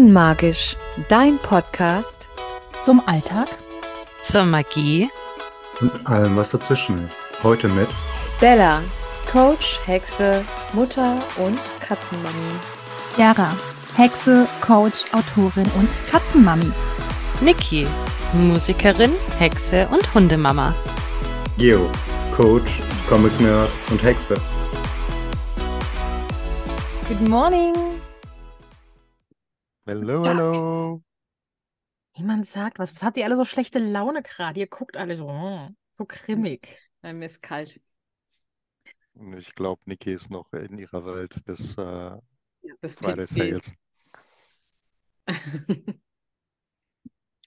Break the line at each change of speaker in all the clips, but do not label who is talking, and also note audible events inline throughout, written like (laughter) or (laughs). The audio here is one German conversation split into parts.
Unmagisch, dein Podcast
zum Alltag,
zur Magie
und allem, was dazwischen ist. Heute mit
Bella, Coach, Hexe, Mutter und Katzenmami.
Jara, Hexe, Coach, Autorin und Katzenmami.
Niki, Musikerin, Hexe und Hundemama.
Geo, Coach, Comic Nerd und Hexe.
Good morning.
Hello, hello.
Jemand sagt was. Was habt ihr alle so schlechte Laune gerade? Ihr guckt alle so, mm, so grimmig.
Nein, mir ist kalt.
Ich glaube, Niki ist noch in ihrer Welt bis äh,
Das
Friday
(laughs)
Sales. Ich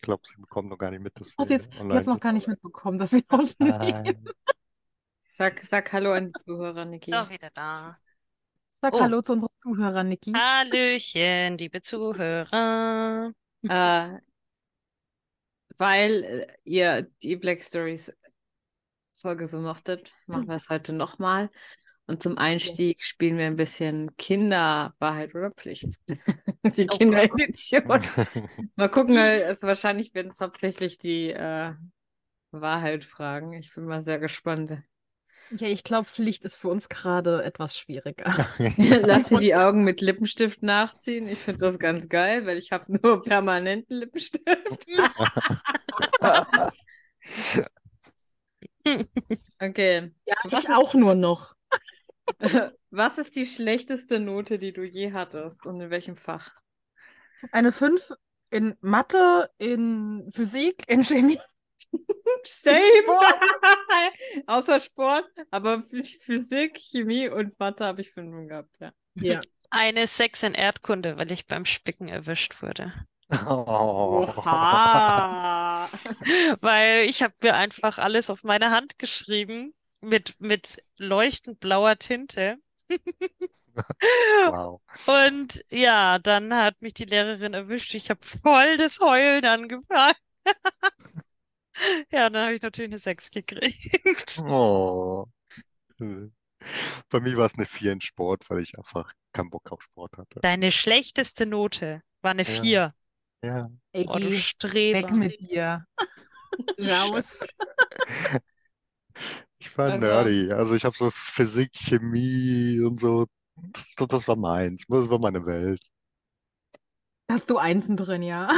glaube, sie bekommt noch gar nicht mit, dass
Oh, sie
wir
hat es noch gar nicht mitbekommen, dass wir aufnehmen.
mitbekommen.
Sag, sag Hallo an die Zuhörer, Niki.
So, wieder da.
Sag
Oh.
Hallo zu unseren Zuhörern, Niki.
Hallöchen, liebe Zuhörer.
Äh, weil äh, ihr die Black Stories Folge so mochtet, machen wir es heute nochmal. Und zum Einstieg spielen wir ein bisschen Kinderwahrheit oder Pflicht. (laughs) Die
Gott.
Kinderedition.
(laughs)
(laughs)
Mal gucken, äh, also wahrscheinlich werden es hauptsächlich die äh, Wahrheit fragen. Ich bin mal sehr gespannt.
Ja, ich glaube, Pflicht ist für uns gerade etwas schwieriger. (laughs)
(laughs) Lass dir die Augen mit Lippenstift nachziehen. Ich finde das ganz geil, weil ich habe (laughs) nur permanenten Lippenstift. Okay.
Ja,
Was-
ich auch nur noch.
(laughs) Was ist die schlechteste Note, die du je hattest und in welchem Fach?
Eine 5 in Mathe, in Physik, in Chemie.
Same!
Sport.
(laughs) Außer Sport, aber Ph- Physik, Chemie und Mathe habe ich Fünfen gehabt, ja.
Ja.
Eine Sex in Erdkunde, weil ich beim Spicken erwischt wurde.
Oh.
(laughs)
Oha!
Weil ich habe mir einfach alles auf meine Hand geschrieben mit, mit leuchtend blauer Tinte.
Wow.
Und ja, dann hat mich die Lehrerin erwischt. Ich habe voll das Heulen angefangen. (laughs) Ja, dann habe ich natürlich eine 6 gekriegt.
Oh. Bei mir war es eine 4 in Sport, weil ich einfach keinen Bock auf Sport hatte.
Deine schlechteste Note war eine
Ja.
4.
Ja.
Oh, du
Eggy, weg
Streber.
mit dir. Raus.
Ich war
Also-
nerdy. Also ich habe so Physik, Chemie und so. Das, das war meins. Das war meine Welt.
Hast du Einsen drin, ja?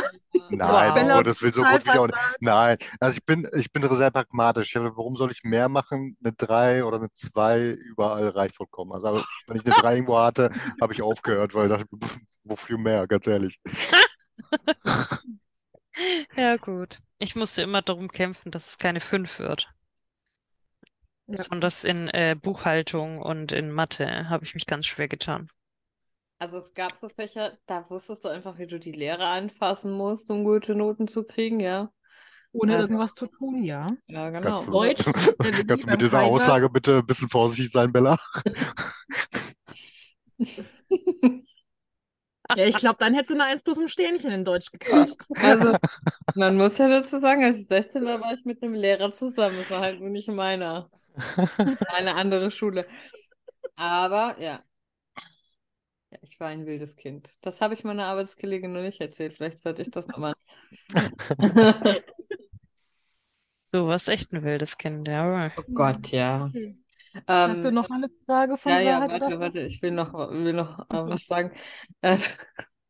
Nein, um
Bella-
Gottes Willen, so gut bin ich auch nicht. Nein, also ich bin, ich bin sehr pragmatisch. Ja, Warum soll ich mehr machen? Eine 3 oder eine 2 überall reicht vollkommen. Also aber wenn ich eine 3 irgendwo hatte, habe ich aufgehört, weil ich dachte, pff, wofür mehr, ganz ehrlich.
Ja, gut. Ich musste immer darum kämpfen, dass es keine 5 wird.
Ja.
Besonders in äh, Buchhaltung und in Mathe habe ich mich ganz schwer getan.
Also es gab so Fächer, da wusstest du einfach, wie du die Lehrer anfassen musst, um gute Noten zu kriegen, ja.
Ohne
Also-
irgendwas zu tun, ja.
Ja, genau.
Kannst du-
(laughs) Deutsch ist der Genie
Kannst du
beim
mit dieser
Kaiser.
Aussage bitte ein bisschen vorsichtig sein, Bella?
Ja, ich glaube, dann hättest du eine 1 plus ein Sternchen in Deutsch (laughs) gekriegt.
Also, man muss ja dazu sagen, als 16er war ich mit einem Lehrer zusammen. Das war halt nur nicht meiner. Eine andere Schule. Aber ja. ja ich war ein wildes Kind. Das habe ich meiner Arbeitskollegin noch nicht erzählt. Vielleicht sollte ich das mal (laughs) machen.
Du warst echt ein wildes Kind, ja.
oh Gott, ja.
Okay.
Ähm,
Hm. Hast du noch eine Frage von
Ja, ja,
Wahrheit
warte,
oder-
warte, ich will noch, will noch äh, was sagen. Äh,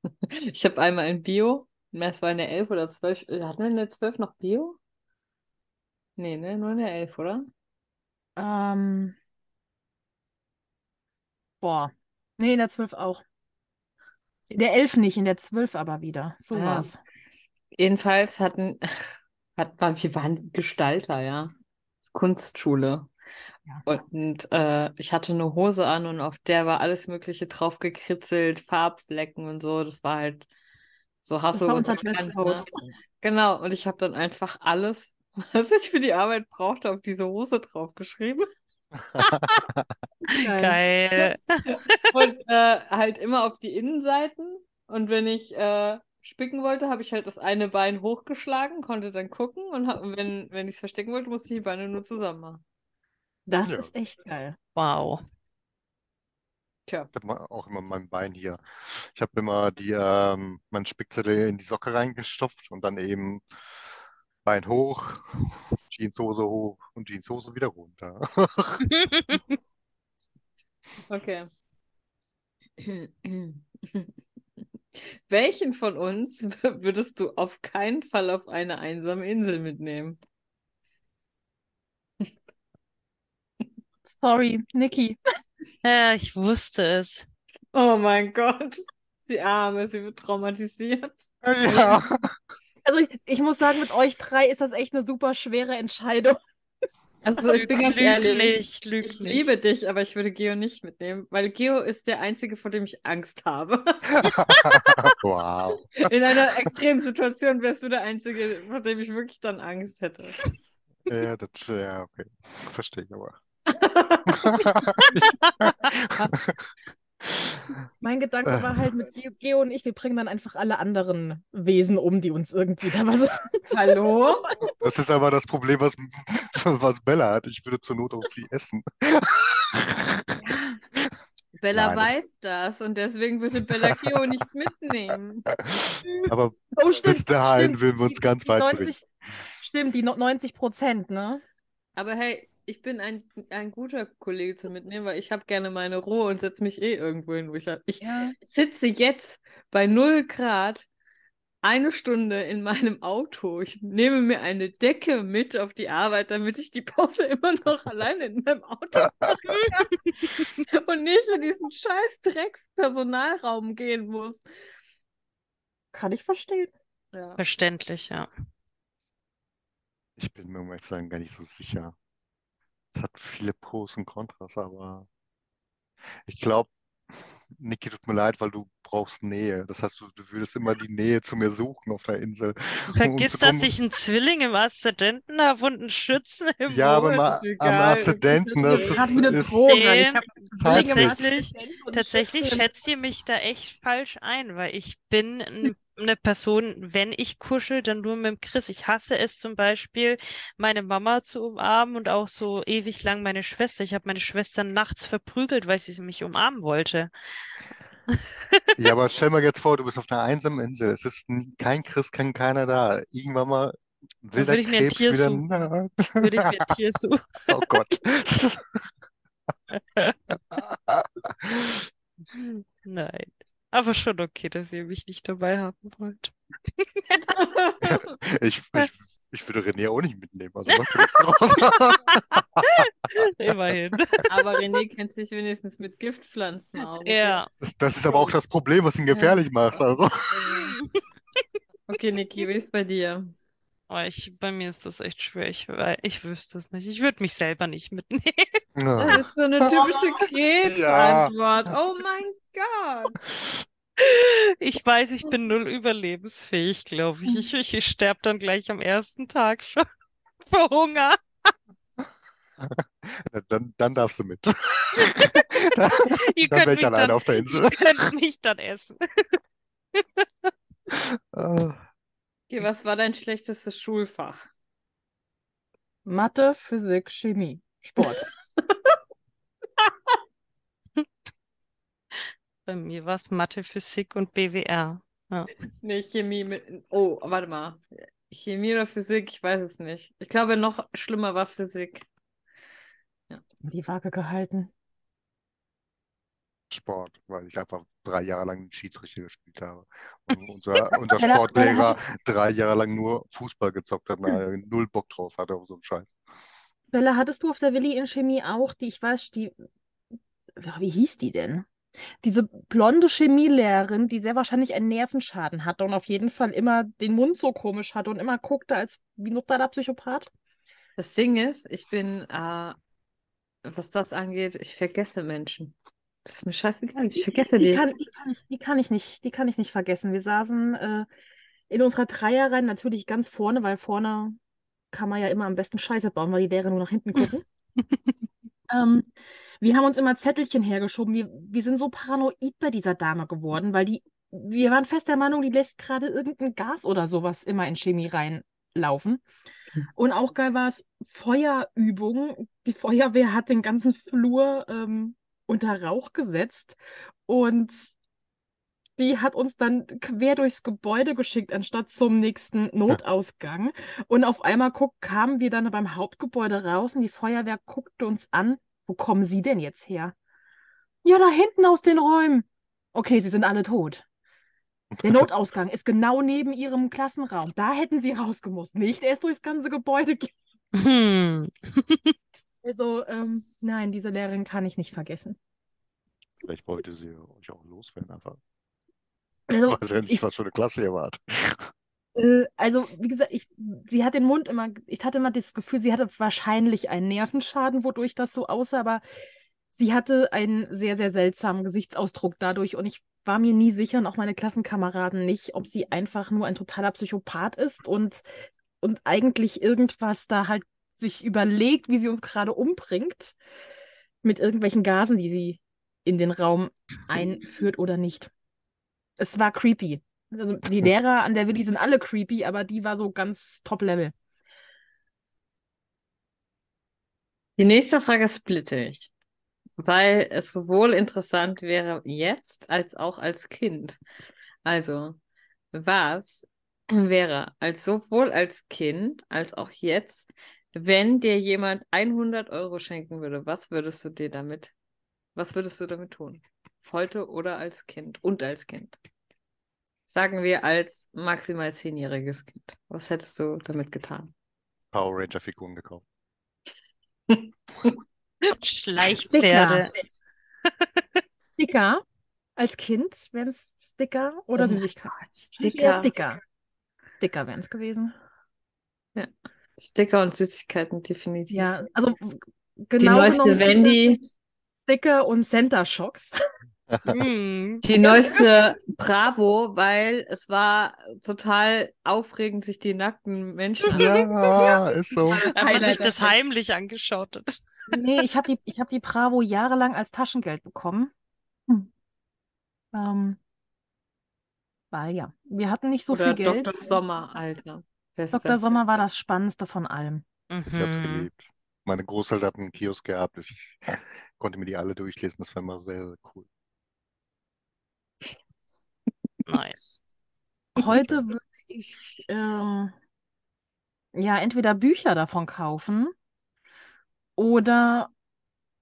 (laughs) ich habe einmal in Bio, na, es war in der 11 oder 12, äh, hatten wir in der 12 noch Bio? Nee, ne, nur in der 11, oder?
Ähm. Boah. Nee, in der 12 auch. In der 11 nicht, in der 12 aber wieder. So
Ah.
war's.
Jedenfalls hatten, (laughs) hat man, wir waren Gestalter, ja. Kunstschule.
Ja.
Und äh, ich hatte eine Hose an und auf der war alles Mögliche drauf gekritzelt, Farbflecken und so. Das war halt so
Das war unser
Hasso-bekannt, ne?
Dresscode.
Genau, und ich habe dann einfach alles, (laughs) was ich für die Arbeit brauchte, auf diese Hose draufgeschrieben.
Geil.
Und äh, halt immer auf die Innenseiten. Und wenn ich äh, spicken wollte, habe ich halt das eine Bein hochgeschlagen, konnte dann gucken. Und hab, und wenn, wenn ich es verstecken wollte, musste ich die Beine nur zusammen machen.
Das
Ja.
ist echt geil.
Wow.
Tja.
Ich habe auch immer mein Bein hier. Ich habe immer die, ähm, meinen Spickzettel in die Socke reingestopft und dann eben Bein hoch, Jeanshose hoch und Jeanshose wieder runter.
Okay. Welchen von uns (laughs) würdest du auf keinen Fall auf eine einsame Insel mitnehmen?
Sorry, Niki.
(laughs) Ja, ich wusste es.
Oh mein Gott. Die Arme, sie wird traumatisiert.
Ja.
Also ich, ich muss sagen, mit euch drei ist das echt eine super schwere Entscheidung.
Also ich bin ganz
Lüg
ehrlich.
nicht, lüg
Ich
nicht.
liebe dich, aber ich würde Geo nicht mitnehmen, weil Geo ist der Einzige, vor dem ich Angst habe. (laughs)
Wow.
In einer extremen Situation wärst du der Einzige, vor dem ich wirklich dann Angst hätte.
Ja, das, ja, okay. Verstehe ich
(laughs)
aber.
(laughs) Mein Gedanke
Äh.
war halt mit Geo, Geo und ich, wir bringen dann einfach alle anderen Wesen um, die uns irgendwie da (laughs) was.
Hallo?
Das ist aber das Problem, was, was Bella hat. Ich würde zur Not auch sie essen.
Bella
Nein, das-
weiß das und deswegen würde Bella Geo nicht mitnehmen.
Aber
Oh,
bis dahin
stimmt.
würden wir uns
Die-
ganz
die
weit
90, Stimmt, die no- 90 Prozent, ne?
Aber hey, ich bin ein, ein guter Kollege zum Mitnehmen, weil ich habe gerne meine Ruhe und setze mich eh irgendwo hin, wo ich halt. Ich
Ja.
sitze jetzt bei 0 Grad eine Stunde in meinem Auto. Ich nehme mir eine Decke mit auf die Arbeit, damit ich die Pause (laughs) immer noch alleine in meinem Auto machen kann und nicht in diesen scheiß Dreckspersonalraum gehen muss.
Kann ich verstehen.
Ja.
Verständlich,
(laughs)
ja.
Ich bin mir, um ehrlich zu sein, gar nicht so sicher. Es hat viele Pros und Kontras, aber ich glaube, Niki, tut mir leid, weil du brauchst Nähe. Das heißt, du, du würdest immer die Nähe zu mir suchen auf der Insel.
Vergiss,
Und
dass
drum-
ich einen Zwilling im Aszendenten habe und einen Schützen im
Ja, aber
Mond.
mal
ist egal,
am
ob das
Aszendenten,
jetzt
das
hier
ist,
Gerade wie eine
ist
Droge. Ich hab
Falls
Dinge
nicht.
gemacht, und
Tatsächlich
Schüsse.
schätzt ihr mich da echt falsch ein, weil ich bin n- eine Person, wenn ich kuschel, dann nur mit dem Chris. Ich hasse es zum Beispiel, meine Mama zu umarmen und auch so ewig lang meine Schwester. Ich habe meine Schwester nachts verprügelt, weil sie mich umarmen wollte.
Ja, aber stell mal jetzt vor, du bist auf einer einsamen Insel. Es ist n- kein Christ, kein keiner da. Irgendwann mal will
Dann
der
würde ich mir ein
Krebs
Tier
wieder.
suchen.
Na,
Würde ich mir
(laughs)
ein Tier suchen.
oh Gott.
(laughs)
(laughs)
Nein. Aber schon okay, dass ihr mich nicht dabei haben
(laughs)
wollt.
Ich, ich, ich würde René auch nicht mitnehmen. Also machst du nichts draus.
Immerhin.
Aber René kennt sich wenigstens mit Giftpflanzen aus.
Ja.
Das, das ist aber auch das Problem, was ihn gefährlich macht. Also.
Okay, Niki, wie ist bei dir?
Oh, ich, bei mir ist das echt schwer. Ich, wei- ich wüsste es nicht. Ich würde mich selber nicht mitnehmen.
Das
Ah. Ja.
ist so eine typische Krebsantwort. Oh mein Gott.
Ich weiß, ich bin null überlebensfähig, glaube ich. Ich, ich, ich sterbe dann gleich am ersten Tag schon (laughs) vor Hunger.
Dann, dann darfst du mit. Dann,
(laughs) Ihr
dann
könnt
wäre ich
mich
alleine
dann,
auf
(laughs)
der
ihr
Insel.
könnt mich dann essen.
Äh,
Okay, was war dein schlechtestes Schulfach?
Mathe, Physik, Chemie, Sport.
Bei mir war es Mathe, Physik und BWR.
Nee, Chemie mit. Oh, warte mal. Chemie oder Physik? Ich weiß es nicht. Ich glaube, noch schlimmer war Physik.
Die Waage gehalten.
Sport, weil ich einfach drei Jahre lang Schiedsrichter gespielt habe.
(laughs)
Und unser, unser
Bella- Bella,
Sportlehrer
hattest,
drei Jahre lang nur Fußball gezockt
Hm.
hat, und er null Bock drauf hatte auf so einen Scheiß.
Bella, hattest du auf der Willi in Chemie auch die, ich weiß, die, ja, wie hieß die denn? Diese blonde Chemielehrerin, die sehr wahrscheinlich einen Nervenschaden hatte und auf jeden Fall immer den Mund so komisch hatte und immer guckte, als wie ein totaler Psychopath.
Das Ding ist, ich bin, äh, was das angeht, ich vergesse Menschen. Das ist mir scheißegal. Ich vergesse
Die
die.
kann, die kann ich, die kann ich nicht, die kann ich nicht vergessen. Wir saßen äh, in unserer Dreierreihe natürlich ganz vorne, weil vorne kann man ja immer am besten Scheiße bauen, weil die Lehrer nur nach hinten gucken. ähm, wir haben uns immer Zettelchen hergeschoben. Wir, wir sind so paranoid bei dieser Dame geworden, weil die, wir waren fest der Meinung, die lässt gerade irgendein Gas oder sowas immer in Chemie reinlaufen. Und auch geil war es, Feuerübungen. Die Feuerwehr hat den ganzen Flur ähm, unter Rauch gesetzt und die hat uns dann quer durchs Gebäude geschickt, anstatt zum nächsten Notausgang. Und auf einmal guck, kamen wir dann beim Hauptgebäude raus und die Feuerwehr guckte uns an. Wo kommen Sie denn jetzt her? Ja, da hinten aus den Räumen. Okay, Sie sind alle tot. Der Notausgang ist genau neben Ihrem Klassenraum. Da hätten Sie rausgemusst. Nicht erst durchs ganze Gebäude. gehen.
Hm.
Also, ähm, nein, diese Lehrerin kann ich nicht vergessen.
Vielleicht wollte sie euch auch loswerden, einfach. Ich
Also,
weiß ja nicht, (laughs)
ich-
was für eine Klasse ihr wart.
Äh, Also, wie gesagt, ich, sie hat den Mund immer, ich hatte immer das Gefühl, sie hatte wahrscheinlich einen Nervenschaden, wodurch das so aussah, aber sie hatte einen sehr, sehr seltsamen Gesichtsausdruck dadurch und ich war mir nie sicher und auch meine Klassenkameraden nicht, ob sie einfach nur ein totaler Psychopath ist und, und eigentlich irgendwas da halt sich überlegt, wie sie uns gerade umbringt, mit irgendwelchen Gasen, die sie in den Raum einführt oder nicht. Es war creepy. Also die Lehrer an der Willi sind alle creepy, aber die war so ganz top-level.
Die nächste Frage ist splittig, weil es sowohl interessant wäre jetzt als auch als Kind. Also, was wäre als sowohl als Kind als auch jetzt, wenn dir jemand 100 Euro schenken würde, was würdest du dir damit, was würdest du damit tun? Heute oder als Kind und als Kind? Sagen wir als maximal zehnjähriges Kind. Was hättest du damit getan?
Power Ranger-Figuren gekauft.
Schleichpferde.
Sticker als Kind wären es Sticker oder
Oh mein
Süßigkeiten.
Gott,
Eher
Sticker.
Sticker. Sticker wären es gewesen.
Sticker und Süßigkeiten definitiv.
Ja, also w-
die
genau
neueste Wendy,
Sticker und Center Shocks.
Hm.
(laughs)
die neueste Bravo, weil es war total aufregend, sich die nackten Menschen anzusehen.
Ja, ist so.
Wenn man sich
Highlight
das heimlich angeschaut hat.
(laughs) Nee, ich habe die, ich hab die Bravo jahrelang als Taschengeld bekommen. Hm. Ähm, weil ja, wir hatten nicht so
Oder
viel Geld.
Dr. Sommer, Alter. Beste.
Dr. Sommer war das Spannendste von allem.
Ich hab's
Mhm.
geliebt. Meine Großeltern hatten einen Kiosk gehabt. Ich (laughs) konnte mir die alle durchlesen. Das war immer sehr, sehr cool.
Nice.
Heute würde ich ähm, ja entweder Bücher davon kaufen oder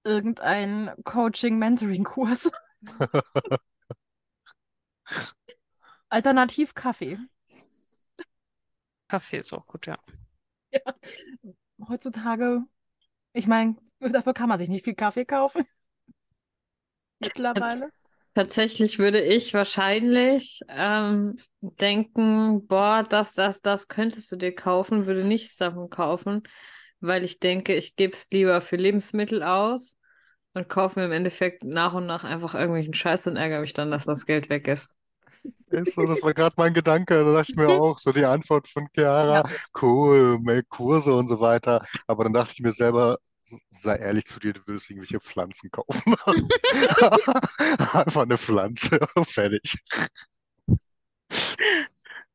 irgendeinen Coaching-Mentoring-Kurs. (laughs) Alternativ Kaffee.
Kaffee ist auch gut, ja.
Heutzutage, ich meine, dafür kann man sich nicht viel Kaffee kaufen. Mittlerweile.
Tatsächlich würde ich wahrscheinlich ähm, denken, boah, das, das, das könntest du dir kaufen, würde nichts davon kaufen, weil ich denke, ich gebe es lieber für Lebensmittel aus und kaufe mir im Endeffekt nach und nach einfach irgendwelchen Scheiß und ärgere mich dann, dass das Geld weg ist.
Ist so, das war gerade mein Gedanke. Da dachte ich mir auch, so die Antwort von Chiara, cool, mehr Kurse und so weiter. Aber dann dachte ich mir selber, sei ehrlich zu dir, du würdest irgendwelche Pflanzen kaufen. (laughs) Einfach eine Pflanze, (laughs) fertig.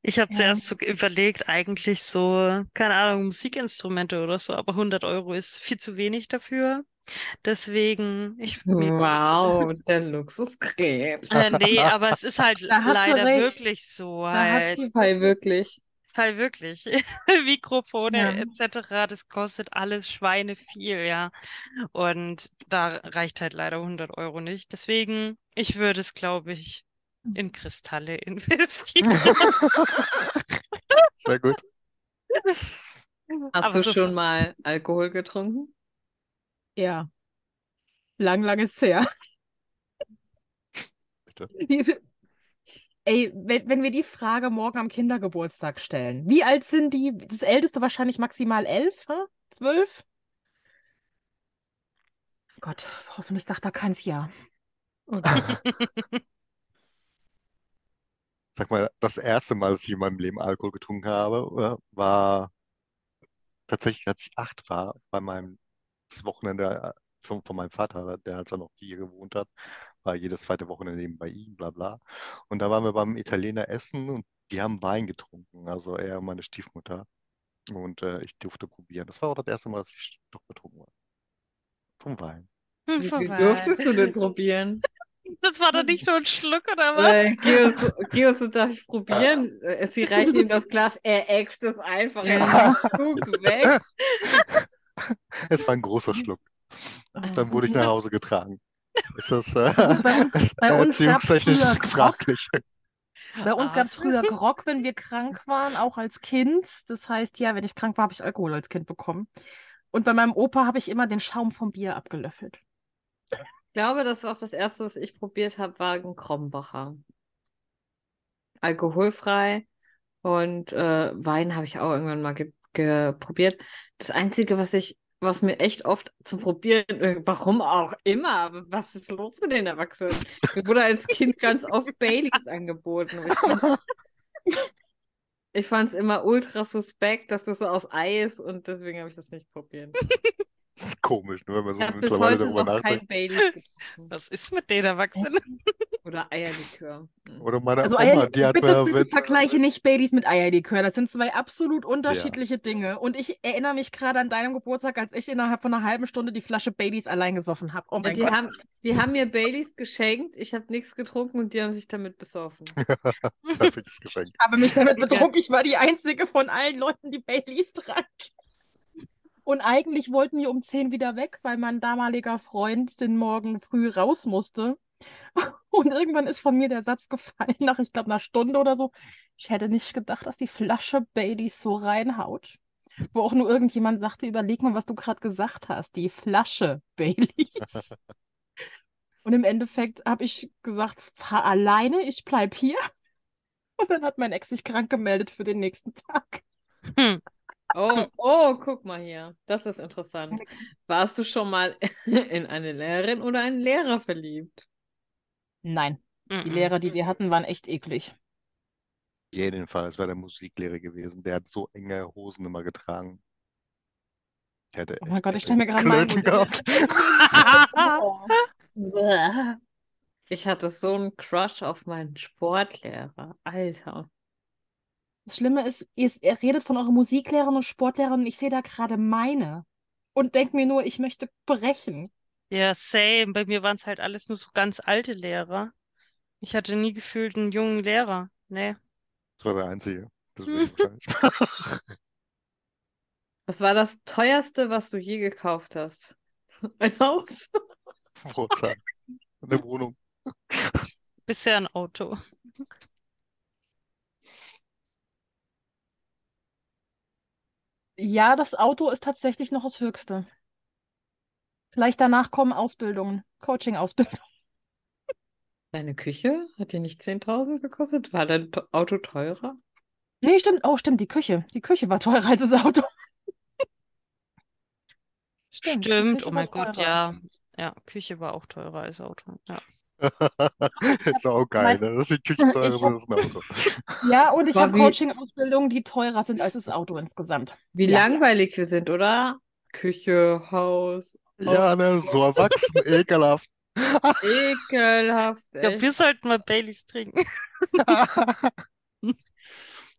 Ich habe
Ja.
zuerst so überlegt, eigentlich so, keine Ahnung, Musikinstrumente oder so, aber 100 Euro ist viel zu wenig dafür. Deswegen, ich
Oh,
mir was-
Wow, der Luxuskrebs.
Äh, nee, aber es ist halt
(laughs) Da hat sie
leider
recht.
wirklich so
Da hat
halt.
sie
Weil wirklich.
Fall wirklich. (laughs) Mikrofone
Ja.
etc., das kostet alles Schweine viel, ja. Und da reicht halt leider 100 Euro nicht. Deswegen, ich würde es, glaube ich,
Hm.
in Kristalle (laughs) investieren.
(laughs)
Sehr gut.
Hast
Aber
du
so-
schon mal Alkohol getrunken?
Ja. Lang, lang ist her.
Bitte.
Wie viel- Ey, wenn, wenn wir die Frage morgen am Kindergeburtstag stellen, wie alt sind die? Das Älteste wahrscheinlich maximal elf, hä? zwölf? Gott, hoffentlich sagt da
(laughs)
keins Ja.
Sag mal, das erste Mal, dass ich in meinem Leben Alkohol getrunken habe, äh, war tatsächlich, als ich acht war, bei meinem das Wochenende äh, von, von meinem Vater, der als er noch hier gewohnt hat, war jedes zweite Wochenende eben bei ihm, bla bla. Und da waren wir beim Italiener essen und die haben Wein getrunken, also er und meine Stiefmutter. Und äh, ich durfte probieren. Das war auch das erste Mal, dass ich doch betrunken war. Vom Wein.
Wie viel durftest du denn probieren?
Das war doch nicht so ein Schluck, oder (laughs) was?
Weil Geos, Geos, so darf ich probieren. Äh, Sie reichen ihm das Glas, er äxt es einfach in den Zug weg.
Es war ein großer Schluck. Dann wurde ich nach Hause getragen. Ist das äh,
Also bei uns,
ist
bei uns gab's
erziehungstechnisch (laughs)
früher
fraglich?
bei uns gab es früher Grog, wenn wir krank waren, auch als Kind. Das heißt, ja, wenn ich krank war, habe ich Alkohol als Kind bekommen. Und bei meinem Opa habe ich immer den Schaum vom Bier abgelöffelt.
Ich glaube, das war auch das erste, was ich probiert habe, war ein Krombacher. Alkoholfrei und äh, Wein habe ich auch irgendwann mal ge geprobiert. Das Einzige, was ich, was mir echt oft zum Probieren, äh, warum auch immer, was ist los mit den Erwachsenen? Mir wurde als Kind ganz oft Baileys angeboten. Und ich fand- Ich fand es immer ultra suspekt, dass das so aus Ei ist und deswegen habe ich das nicht probiert.
Das ist komisch, ne, wenn man so
Ich habe bis
mittlerweile
heute
darüber
noch
nachdenkt.
kein Baileys getrunken.
Was ist mit den Erwachsenen?
Oder Eierlikör. Hm.
Oder meine
Also
Oma,
Eier,
die hat
bitte,
mir,
bitte
wenn,
vergleiche nicht Baileys mit Eierlikör. Das sind zwei absolut unterschiedliche Dinge. Und ich erinnere mich gerade an deinem Geburtstag, als ich innerhalb von einer halben Stunde die Flasche Baileys allein gesoffen habe. Oh mein
die,
Gott.
haben, die haben mir Baileys geschenkt, ich habe nichts getrunken und die haben sich damit besoffen.
da fix geschenkt.
habe mich damit
Ja.
betrunken. Ich war die einzige von allen Leuten, die Baileys trank. Und eigentlich wollten wir um 10 wieder weg, weil mein damaliger Freund den Morgen früh raus musste. (laughs) Und irgendwann ist von mir der Satz gefallen, nach, ich glaube, einer Stunde oder so. Ich hätte nicht gedacht, dass die Flasche Baileys so reinhaut. Wo auch nur irgendjemand sagte, überleg mal, was du gerade gesagt hast. Die Flasche Baileys. Und im Endeffekt habe ich gesagt, fahr alleine, ich bleib hier. Und dann hat mein Ex sich krank gemeldet für den nächsten (laughs) Tag.
Oh, oh, guck mal hier. Das ist interessant. Warst du schon mal (laughs) in eine Lehrerin oder einen Lehrer verliebt?
Nein, die
Mhm.
Lehrer, die wir hatten, waren echt eklig.
Jedenfalls war der Musiklehrer gewesen. Der hat so enge Hosen immer getragen. Der hätte
Oh mein
echt
Gott, ich stelle mir gerade meinen
Klöten gehabt.
Ich hatte so einen Crush auf meinen Sportlehrer. Alter.
Das Schlimme ist, ihr, ihr redet von euren Musiklehrern und Sportlehrern und ich sehe da gerade meine. Und denke mir nur, ich möchte brechen.
Ja, same. Bei mir waren es halt alles nur so ganz alte Lehrer. Ich hatte nie gefühlt einen jungen Lehrer. ne? Nee.
(laughs) Das war der einzige. Deswegen (laughs) wahrscheinlich.
Was war das teuerste, was du je gekauft hast? (laughs) Ein Haus?
Brotzeit. Eine Wohnung. (laughs)
Bisher ein Auto.
Ja, das Auto ist tatsächlich noch das Höchste. Vielleicht danach kommen Ausbildungen, Coaching-Ausbildungen.
Deine Küche? Hat die nicht 10.000 gekostet? War dein T- Auto teurer?
(laughs) Nee, stimmt. Oh, stimmt, die Küche. Die Küche war teurer als das Auto. Stimmt, die
Stimmt.
Küche
Oh
war
mein Gott,
teurer.
ja. Ja, Küche war auch teurer als Auto. Ja.
Ist auch geil, ne? Das ist die Küche teurer,
Ich
aber das ist ein Auto.
Ja, und ich
War
habe
wie-
Coaching-Ausbildungen, die teurer sind als das Auto insgesamt.
Wie
Ja.
langweilig wir sind, oder? Küche, Haus,
Ja, ne? So erwachsen, ekelhaft.
ekelhaft.
Ich glaube,
echt.
wir sollten mal Baileys trinken.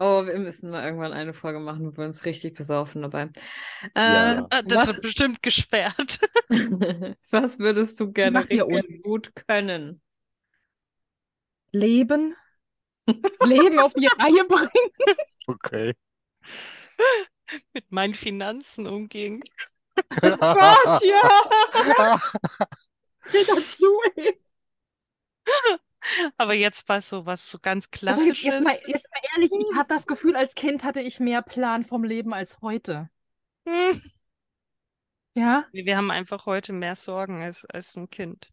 Oh, wir müssen mal irgendwann eine Folge machen, wo wir uns richtig besaufen dabei.
Ja,
Äh,
ja.
Ah, Das
Was-
wird bestimmt gesperrt.
(laughs)
(laughs)
was würdest du gerne
Macht ihr
richtig gut können?
Leben. (laughs) Leben auf die Reihe bringen.
Okay.
Mit meinen Finanzen umgehen.
Oh Gott, ja,
(laughs)
geht dazu. Ey.
Aber jetzt mal so was so ganz
Also jetzt, jetzt, mal,
Klassisches.
jetzt mal ehrlich, ich hatte das Gefühl, als Kind hatte ich mehr Plan vom Leben als heute.
Hm.
Ja?
Nee, Wir haben einfach heute mehr Sorgen als, als ein Kind.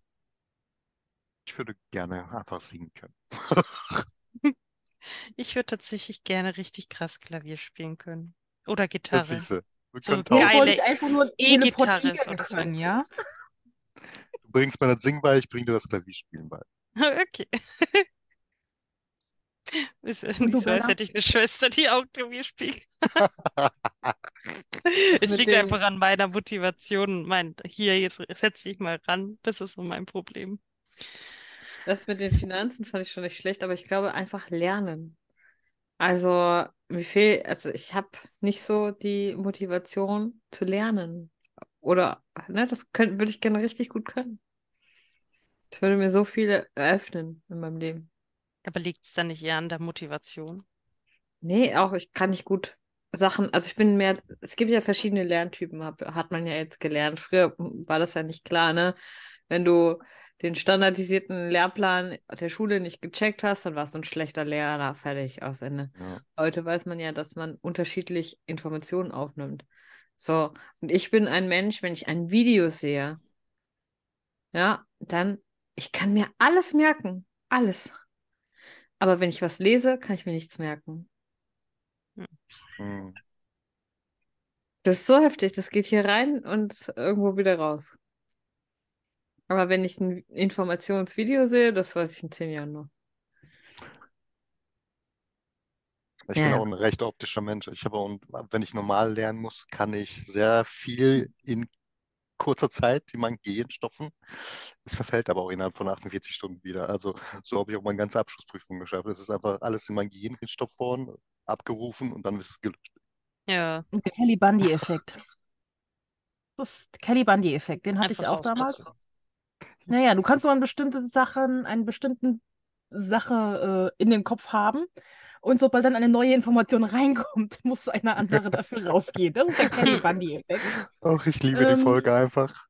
Ich würde gerne einfach singen können.
Ich würde tatsächlich gerne richtig krass Klavier spielen können. Oder
Das
Gitarre.
siehst du. Wir
So
können
geil.
Hier
tauschen.
wollte ich einfach nur
E-Gitarre
teleportieren
ist auch das
können,
Wort.
ja?
Du bringst mir das Singen bei, ich bring dir das Klavierspielen bei.
(laughs) Okay. (laughs) Ist ja nicht
du,
so, als
Bella?
hätte ich eine Schwester, die auch Klavier spielt.
(laughs)
Es
Mit
liegt
dem-
einfach an meiner Motivation. Mein, hier, jetzt setze ich mal ran. Das ist so mein Problem.
Das mit den Finanzen fand ich schon nicht schlecht, aber ich glaube einfach lernen. Also, mir fehlt, also ich habe nicht so die Motivation zu lernen. Oder, ne, das könnt, würde ich gerne richtig gut können. Das würde mir so viel eröffnen in meinem Leben.
Aber liegt es dann nicht eher an der Motivation?
Nee, auch ich kann nicht gut Sachen, also ich bin mehr, es gibt ja verschiedene Lerntypen, hab, hat man ja jetzt gelernt. Früher war das ja nicht klar, ne? Wenn du den standardisierten Lehrplan der Schule nicht gecheckt hast, dann warst du ein schlechter Lehrer, fertig, aus Ende.
Ja.
Heute weiß man ja, dass man unterschiedlich Informationen aufnimmt. So, und ich bin ein Mensch, wenn ich ein Video sehe, ja, dann, ich kann mir alles merken, alles. Aber wenn ich was lese, kann ich mir nichts merken.
Hm.
Das ist so heftig, das geht hier rein und irgendwo wieder raus. Aber wenn ich ein Informationsvideo sehe, das weiß ich in zehn Jahren noch.
Ich
Ja,
bin
ja.
auch ein recht optischer Mensch. Ich habe auch, ein- wenn ich normal lernen muss, kann ich sehr viel in kurzer Zeit in mein Gehirn stopfen. Es verfällt aber auch innerhalb von 48 Stunden wieder. Also so habe ich auch meine ganze Abschlussprüfung geschafft. Es ist einfach alles in mein Gehirn gestopft worden, abgerufen und dann ist es gelöscht.
Ja,
Und der Kelly (laughs) Bundy-Effekt. Das ist der Kelly Bundy-Effekt, den hatte ich
einfach
auch damals. Also
ausnutzen.
Naja, du kannst nur an bestimmte Sachen, einen bestimmten Sache äh, in den Kopf haben. Und sobald dann eine neue Information (laughs) reinkommt, muss eine andere dafür rausgehen. Das ist der Kelly Bundy-Effekt.
Ach, ich liebe die
Ähm,
Folge einfach.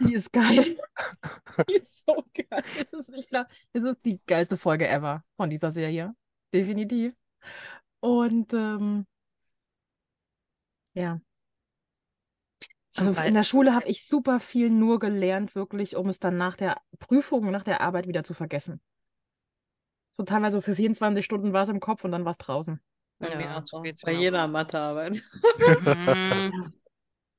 Die ist geil. (laughs) Die ist so geil. Das ist nicht klar. Das ist die geilste Folge ever von dieser Serie. Definitiv. Und ähm, ja.
Zum
Also in
Beispiel.
der Schule habe ich super viel nur gelernt, wirklich, um es dann nach der Prüfung, nach der Arbeit wieder zu vergessen. So teilweise für 24 Stunden war es im Kopf und dann war es draußen.
Bei mir
Ja,
auch
so
so.
geht's
Bei
mir auch.
jeder Mathearbeit. (laughs)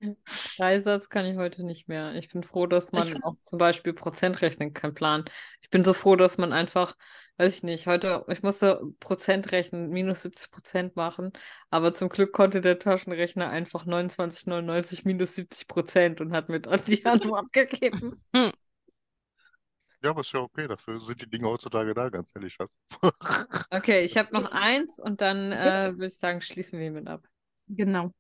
Mhm.
Dreisatz kann ich heute nicht mehr. Ich bin froh, dass man
Ich-
auch zum Beispiel Prozent rechnen kann, planen. Ich bin so froh, dass man einfach, weiß ich nicht, heute, ich musste Prozent rechnen, minus 70 Prozent machen, aber zum Glück konnte der Taschenrechner einfach 29,99 minus 70 Prozent und hat mir dann die Antwort (laughs) gegeben.
Ja, aber ist ja okay. Dafür sind die Dinge heutzutage da, ganz ehrlich, was.
Okay, ich habe noch eins und dann äh, würde ich sagen, schließen wir hiermit ab.
Genau.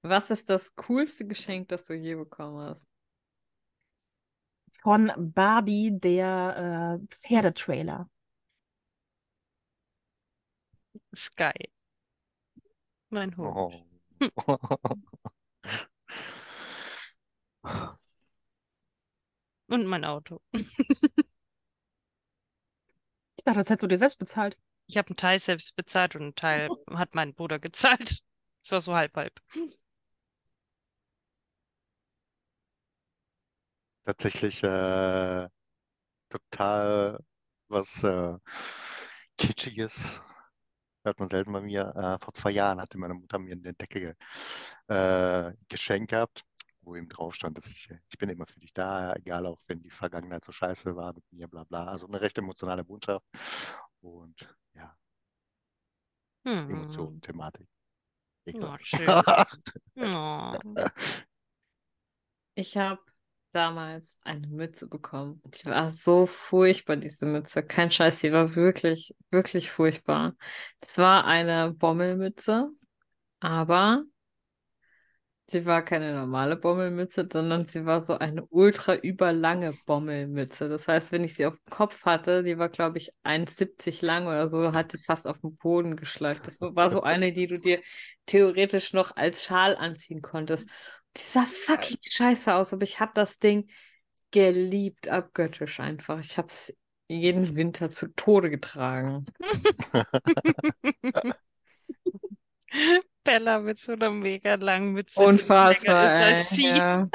Was ist das coolste Geschenk, das du je bekommen hast?
Von Barbie, der äh, Pferdetrailer.
Sky. Mein Hund.
Oh.
Und mein Auto.
Ich dachte, das hättest du dir selbst bezahlt.
Ich habe einen Teil selbst bezahlt und einen
(laughs)
Teil hat mein Bruder gezahlt. Es war so halb halb.
(laughs) tatsächlich äh, total was äh, Kitschiges. Hört man selten bei mir. Äh, vor zwei Jahren hatte meine Mutter mir eine Decke äh, geschenkt gehabt, wo eben drauf stand, dass ich, ich bin immer für dich da, egal auch wenn die Vergangenheit so scheiße war mit mir, bla bla. Also eine recht emotionale Botschaft. Und ja, Emotion,
Hm.
Thematik.
Oh,
Ekelhaft.
schön.
(laughs)
Oh.
Ich habe damals eine Mütze bekommen. Die war so furchtbar, diese Mütze. Kein Scheiß, die war wirklich, wirklich furchtbar. Es war eine Bommelmütze, aber sie war keine normale Bommelmütze, sondern sie war so eine ultra überlange Bommelmütze. Das heißt, wenn ich sie auf dem Kopf hatte, die war, glaube ich, 1,70 lang oder so, hat sie fast auf den Boden geschleift. Das war so eine, die du dir theoretisch noch als Schal anziehen konntest. Die sah fucking scheiße aus, aber ich habe das Ding geliebt, abgöttisch einfach. Ich habe es jeden Winter zu Tode getragen.
(laughs) Bella mit so einer mega langen Mütze, die länger
Unfassbar.
ist als
ey,
sie.
ja.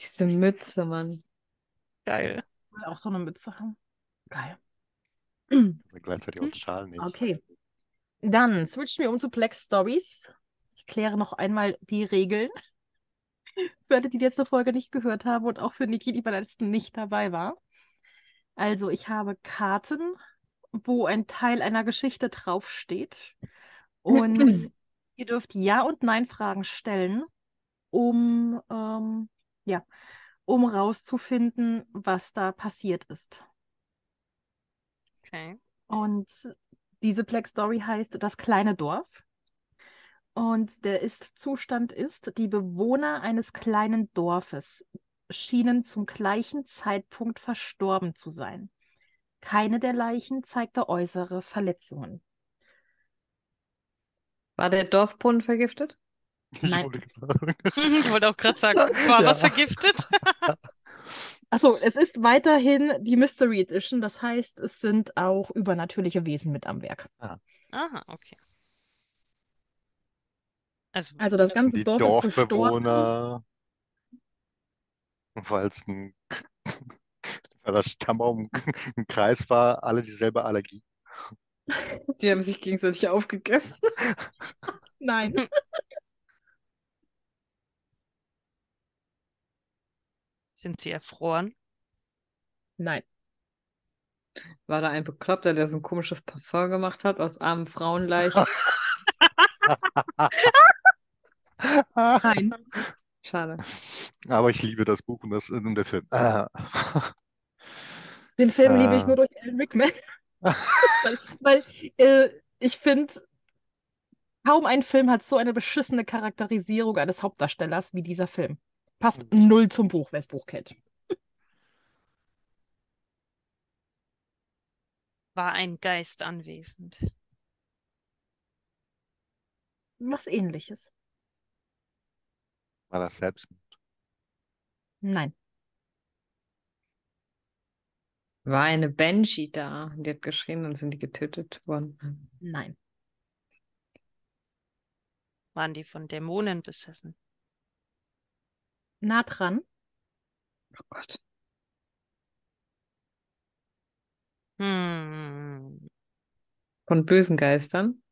Diese Mütze, Mann.
Geil.
Ich will auch so eine Mütze haben. Geil.
Also gleichzeitig auch den Schal nicht.
Okay. Dann switchen wir um zu Black Stories. Ich kläre noch einmal die Regeln. (laughs) Für alle, die die letzte Folge nicht gehört haben und auch für Niki, die bei der letzten nicht dabei war. Also, ich habe Karten, wo ein Teil einer Geschichte draufsteht. Und ihr dürft Ja- und Nein-Fragen stellen, um, ähm, ja, um rauszufinden, was da passiert ist.
Okay.
Und diese Black Story heißt Das kleine Dorf. Und der Ist-Zustand ist, die Bewohner eines kleinen Dorfes schienen zum gleichen Zeitpunkt verstorben zu sein. Keine der Leichen zeigte äußere Verletzungen.
War der Dorfbrunnen vergiftet?
(laughs) Ich
Nein.
wollte sagen.
Ich wollte auch gerade
(laughs)
sagen, war
Ja.
was vergiftet?
Achso, es ist weiterhin die Mystery Edition, das heißt, es sind auch übernatürliche Wesen mit am Werk.
Aha, okay. Also,
Also
(laughs)
das ganze
Die
Dorf ist gestorben.
Dorfbewohner. Und weil es ein, (laughs) weil das (laughs) Stammbaum ein Kreis war, alle dieselbe Allergie.
Die haben sich gegenseitig aufgegessen.
Nein.
sind sie erfroren?
Nein.
War da ein Bekloppter, der so ein komisches Parfum gemacht hat aus armen (laughs) Frauenleichen?
Nein.
Schade.
(laughs) Aber ich liebe das Buch und, das, und der Film. Ah.
Den Film liebe ich
Ah.
nur durch Alan Rickman. weil weil äh, ich finde, kaum ein Film hat so eine beschissene Charakterisierung eines Hauptdarstellers wie dieser Film. Passt null zum Buch, wer das Buch kennt.
War ein Geist anwesend?
Was ähnliches.
War das selbst?
Nein.
War eine Banshee da? Die hat geschrien und sind die getötet worden.
Nein.
Waren die von Dämonen besessen?
Nah dran.
Oh Gott.
Hm.
Von bösen Geistern?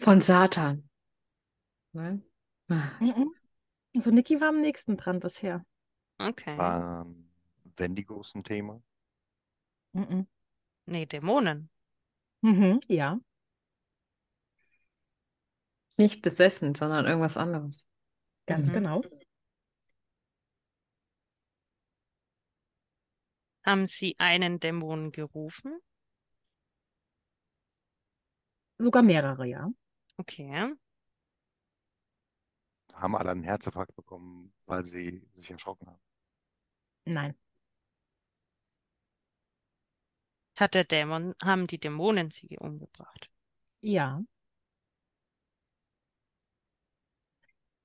Von Satan. Nein? Ah,
Mhm. Also Niki war am nächsten dran bisher.
Okay.
Waren Wendigos ein Thema?
Mhm.
Nee, Dämonen.
Mhm. Ja.
Nicht besessen, sondern irgendwas anderes.
Ganz
Mhm.
genau.
Haben sie einen Dämonen gerufen?
Sogar mehrere, ja.
Okay.
Haben alle einen Herzinfarkt bekommen, weil sie sich erschrocken haben.
Nein.
Hat der Dämon, haben die Dämonen sie umgebracht?
Ja.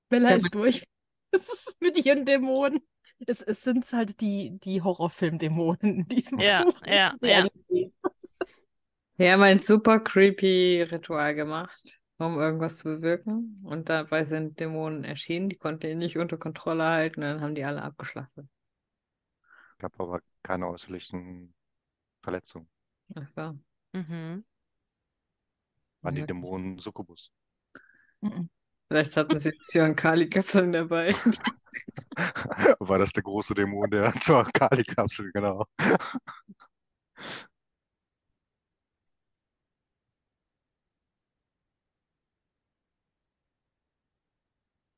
Bella ist durch. (laughs) Es ist mit ihren Dämonen. Es, es sind halt die, die Horrorfilm-Dämonen in diesem
Ja,
Buch. (laughs)
ja, (laughs) ja.
Wir haben ein super creepy Ritual gemacht, um irgendwas zu bewirken. Und dabei sind Dämonen erschienen, die konnten ihn nicht unter Kontrolle halten und dann haben die alle abgeschlachtet.
Gab aber keine äußerlichen Verletzungen.
Ach so.
Mhm.
Waren die
Ja,
Dämonen Succubus?
Mhm.
Vielleicht hatten sie Cyan-Kali-Kapseln dabei.
(laughs) War das der große Dämon der (laughs) zur Kali-Kapsel, genau.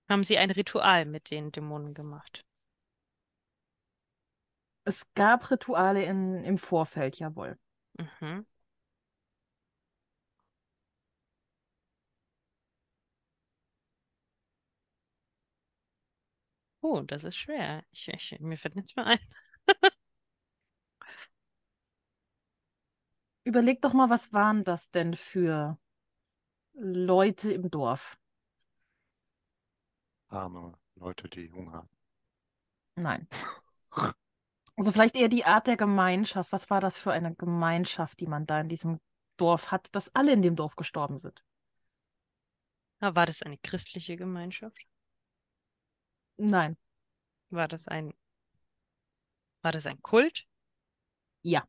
Haben sie ein Ritual mit den Dämonen gemacht?
Es gab Rituale in, im Vorfeld, jawohl.
Mhm. Oh, das ist schwer. Ich, ich, mir fällt nichts mehr ein. (laughs)
Überleg doch mal, was waren das denn für Leute im Dorf?
Arme Leute, die Hunger haben.
(laughs)
Nein. Also vielleicht eher die Art der Gemeinschaft. Was war das für eine Gemeinschaft, die man da in diesem Dorf hat, dass alle in dem Dorf gestorben sind?
Ah, War das eine christliche Gemeinschaft?
Nein.
War das ein, war das ein Kult?
Ja.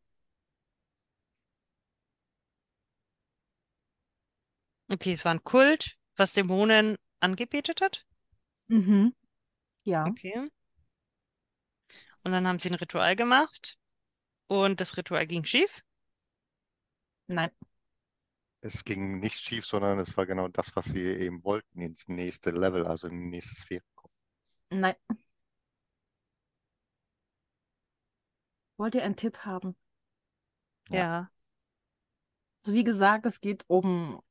Okay, es war ein Kult, was Dämonen angebetet hat.
Mhm. Ja,
Okay. Und dann haben sie ein Ritual gemacht und das Ritual ging schief.
nein,
Es ging nicht schief, sondern es war genau das, was sie eben wollten, ins nächste Level, also in die nächste Sphäre kommen.
nein. Wollt ihr einen Tipp haben?
Ja.
Ja.
Also wie gesagt, es geht um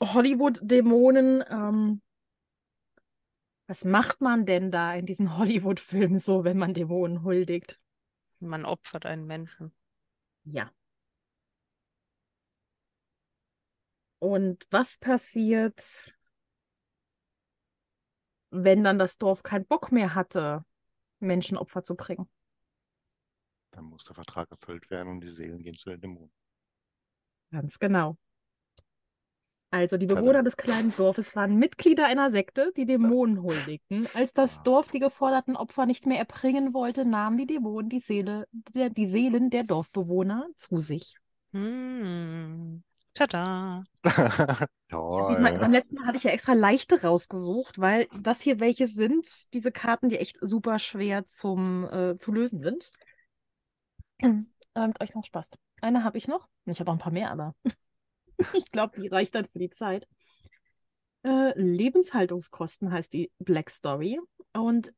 Hollywood-Dämonen. Ähm, was macht man denn da in diesen Hollywood-Filmen so, wenn man Dämonen huldigt?
Man opfert einen Menschen.
Ja. Und was passiert, wenn dann das Dorf keinen Bock mehr hatte, Menschenopfer zu bringen?
Dann muss der Vertrag erfüllt werden und die Seelen gehen zu den (laughs) Dämonen.
Ganz genau. Also die
Tada.
Bewohner des kleinen Dorfes waren Mitglieder einer Sekte, die Dämonen huldigten. Als das Dorf die geforderten Opfer nicht mehr erbringen wollte, nahmen die Dämonen die, Seele, der, die Seelen der Dorfbewohner zu sich.
Hm. Tada.
Diesmal,
Toll.
beim letzten Mal hatte ich ja extra leichte rausgesucht, weil das hier welche sind, diese Karten, die echt super schwer zum, äh, zu lösen sind. (clears throat) Ähm, damit euch noch Spaß. Eine habe ich noch. Ich habe auch ein paar mehr, aber (laughs) ich glaube, die reicht dann für die Zeit. Äh, Lebenshaltungskosten heißt die Black Story. Und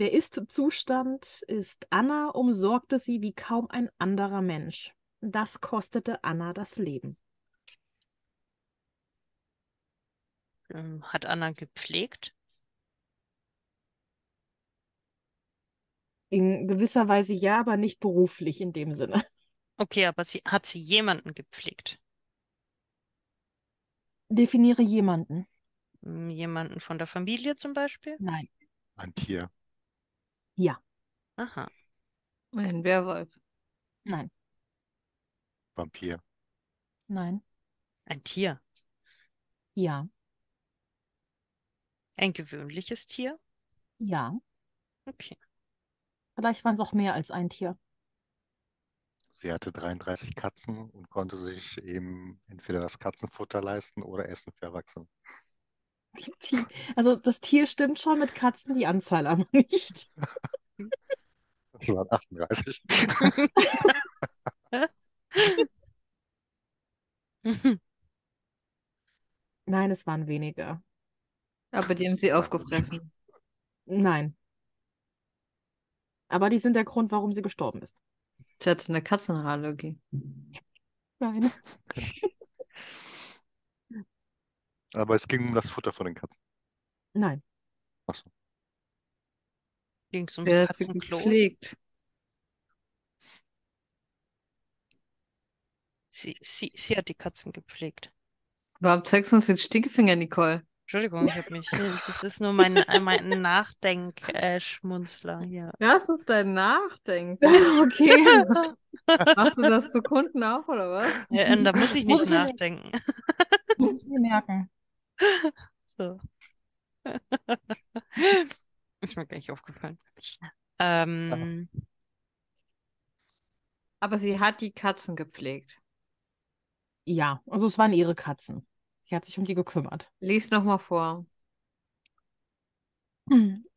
der Ist-Zustand ist, Anna umsorgte sie wie kaum ein anderer Mensch. Das kostete Anna das Leben.
Ähm, Hat Anna gepflegt?
In gewisser Weise ja, aber nicht beruflich in dem Sinne. (laughs)
Okay, aber sie hat sie jemanden gepflegt?
Definiere jemanden.
Hm, Jemanden von der Familie zum Beispiel?
Nein.
Ein Tier.
Aha.
Ein Werwolf.
Nein.
Vampir.
Nein.
Ein Tier.
Ja.
Ein gewöhnliches Tier?
Ja.
Okay. (laughs)
Vielleicht waren es auch mehr als ein Tier. (laughs)
Sie hatte 33 Katzen und konnte sich eben entweder das Katzenfutter leisten oder Essen für Erwachsene.
Ti- Also das Tier stimmt schon mit Katzen, die Anzahl aber (laughs) nicht.
Das waren (laughs) 38.
Nein, es waren weniger.
Aber die haben sie aufgefressen.
Nein. Aber die sind der Grund, warum sie gestorben ist.
Sie hatte eine Katzenallergie.
Nein.
Aber es ging um das Futter von den Katzen.
Nein.
Ging es ums
Wer hat sie
Katzenklo?
gepflegt?
Sie, sie, sie hat die Katzen gepflegt.
Warum zeigst du uns den Stinkefinger, Nicole?
Entschuldigung, ich habe mich. Das ist nur mein, mein Nachdenk-Schmunzler hier.
Das ist dein Nachdenken.
(laughs) Okay.
Machst du das zu Kunden auch, oder was?
Äh, äh, da muss ich
Muss
nicht
ich mir-
nachdenken.
Muss ich mir merken.
(laughs)
(laughs)
So. Ist mir gleich aufgefallen. Ähm,
Aber sie hat die Katzen gepflegt.
Ja, also es waren ihre Katzen. Sie hat sich um die gekümmert.
Lies nochmal vor.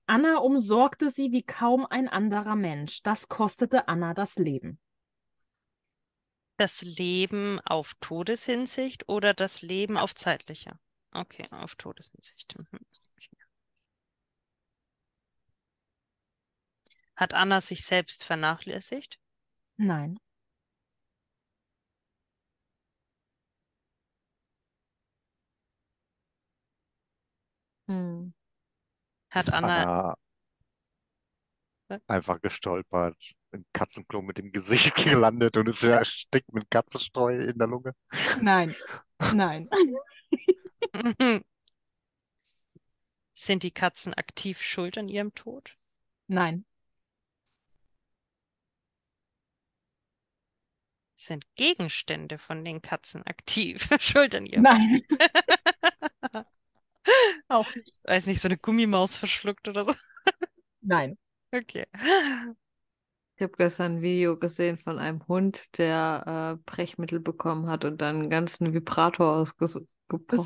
Anna umsorgte sie wie kaum ein anderer Mensch. Das kostete Anna das Leben.
das Leben auf Todeshinsicht oder das Leben auf zeitlicher? Okay, auf Todeshinsicht. Mhm, Okay. Hat Anna sich selbst vernachlässigt?
Nein.
Hm.
Hat
Ist
Anna,
Anna
Was?
einfach gestolpert, im Katzenklo mit dem Gesicht (laughs) gelandet und ist ja erstickt mit Katzenstreu in der
(laughs)
Lunge.
Nein. Nein.
(laughs) sind die Katzen aktiv schuld an ihrem Tod?
(laughs) Nein.
Sind Gegenstände von den Katzen aktiv (laughs) schuld an ihrem (laughs)
Nein. Auch nicht.
Weiß nicht, so eine Gummimaus verschluckt oder so. (laughs)
Nein.
Okay.
Ich habe gestern ein Video gesehen von einem Hund, der äh, Brechmittel bekommen hat und dann einen ganzen Vibrator
Das
ausgebrochen.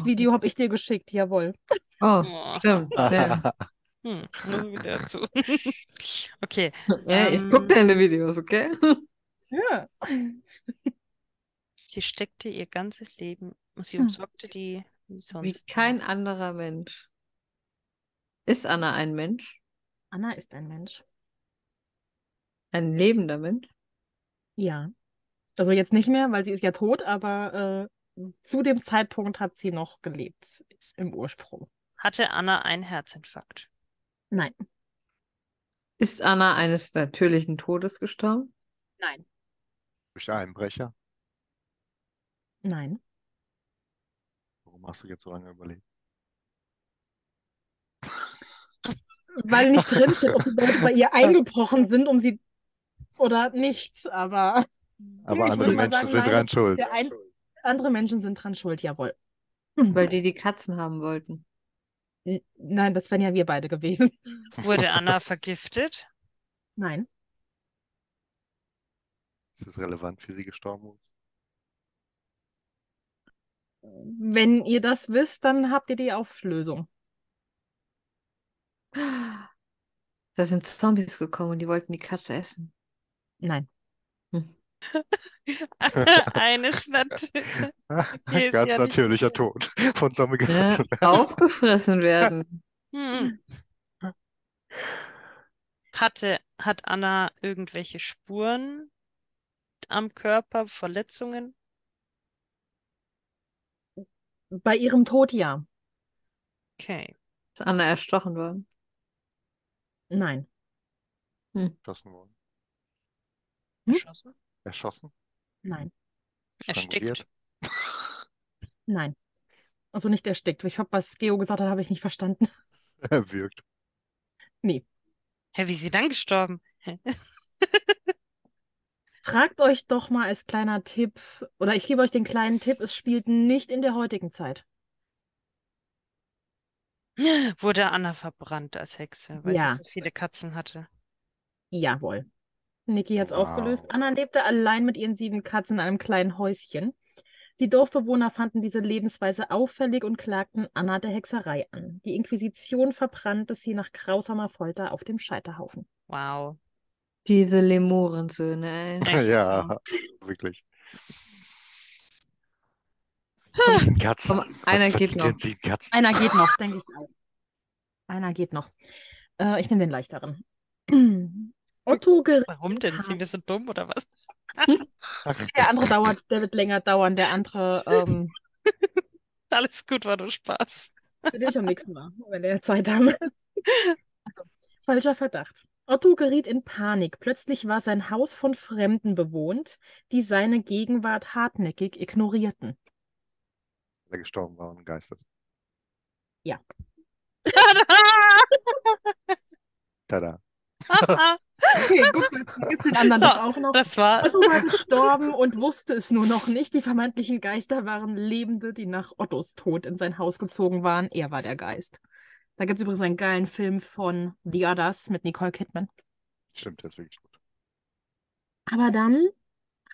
Video habe ich dir geschickt, jawohl.
Oh,
Oh,
(laughs)
stimmt. Ja.
hm, nur wieder dazu. (laughs) Okay.
Ja, ich
Ähm.
gucke deine Videos, okay?
Ja.
Sie steckte ihr ganzes Leben, sie
Hm.
umsorgte die wie
Wie
sonst.
kein anderer Mensch. Ist Anna ein Mensch?
Anna ist ein Mensch.
Ein lebender Mensch?
Ja. Also jetzt nicht mehr, weil sie ist ja tot, aber zu dem Zeitpunkt hat sie noch gelebt im Ursprung.
Hatte Anna einen
(laughs)
Herzinfarkt?
Nein.
Ist Anna eines natürlichen Todes gestorben?
Nein.
Durch Einbrecher.
Nein.
Warum hast du jetzt so lange überlegt?
(laughs) Weil nicht drin steht, ob die Leute bei (laughs) ihr eingebrochen sind, um sie oder nicht, aber
(laughs) Aber
Ich
andere
würde mal
Menschen
sagen,
sind
nein,
dran
das
schuld.
der ein andere Menschen sind dran schuld, jawohl.
Weil die die Katzen haben wollten.
N- Nein, das wären ja wir beide gewesen.
Wurde Anna
(laughs)
vergiftet? (laughs)
Nein.
Ist es relevant, wie sie
(laughs)
gestorben ist?
Wenn ihr das wisst, dann habt ihr die Auflösung.
Da sind Zombies gekommen und die wollten die Katze essen.
Nein.
Eines natürlich. ist
Ganz
ja nicht
natürlicher Tod (laughs) von Zombie
(laughs) Ja,
gefressen.
ne? (laughs) aufgefressen werden.
Hm. Hatte, hat Anna irgendwelche Spuren am Körper, Verletzungen?
Bei ihrem Tod ja.
Okay.
Ist Anna erstochen worden?
Nein.
Erschossen worden.
Hm?
Erschossen?
Erschossen?
Nein.
Erstickt.
(laughs) Stranguliert?
Nein. Also nicht erstickt. Ich habe, was Geo gesagt hat, habe ich nicht verstanden.
Erwürgt.
Hä, wie ist sie dann gestorben?
Fragt euch doch mal als kleiner Tipp, oder ich gebe euch den kleinen Tipp, es spielt nicht in der heutigen Zeit.
(laughs) Wurde Anna verbrannt als Hexe, weil
Ja.
sie so viele Katzen hatte.
Jawohl. Niki hat's
Wow.
aufgelöst. Anna lebte allein mit ihren sieben Katzen in einem kleinen Häuschen. Die Dorfbewohner fanden diese Lebensweise auffällig und klagten Anna der Hexerei an. Die Inquisition verbrannte sie nach grausamer Folter auf dem Scheiterhaufen.
Wow.
Diese Lemurensöhne, ey.
Echt
Ja, wirklich. Sieben Katzen.
Komm, einer
Was
geht
sind
noch.
denn sieben Katzen?
Einer geht noch, denke ich auch. Einer geht noch. Äh, ich nehme den leichteren. (clears throat) Otto gerät.
Warum denn? Sind wir so dumm oder was? (laughs)
(laughs)
Der andere dauert, der wird länger dauern. Der andere ähm,
Alles gut, war nur Spaß.
Für dich am nächsten Mal, wenn wir Zeit haben. (laughs) Falscher Verdacht. Otto geriet in Panik. Plötzlich war sein Haus von Fremden bewohnt, die seine Gegenwart hartnäckig ignorierten.
Der gestorben war und ein Geist ist.
Ja.
Tada.
Okay, gut, dann gibt's den anderen
So,
doch auch noch.
Das war's.
Otto war gestorben und wusste es nur noch nicht. Die vermeintlichen Geister waren Lebende, die nach Ottos Tod in sein Haus gezogen waren. Er war der Geist. Da gibt es übrigens einen geilen Film von The Others mit Nicole Kidman.
Stimmt, der ist wirklich gut.
Aber dann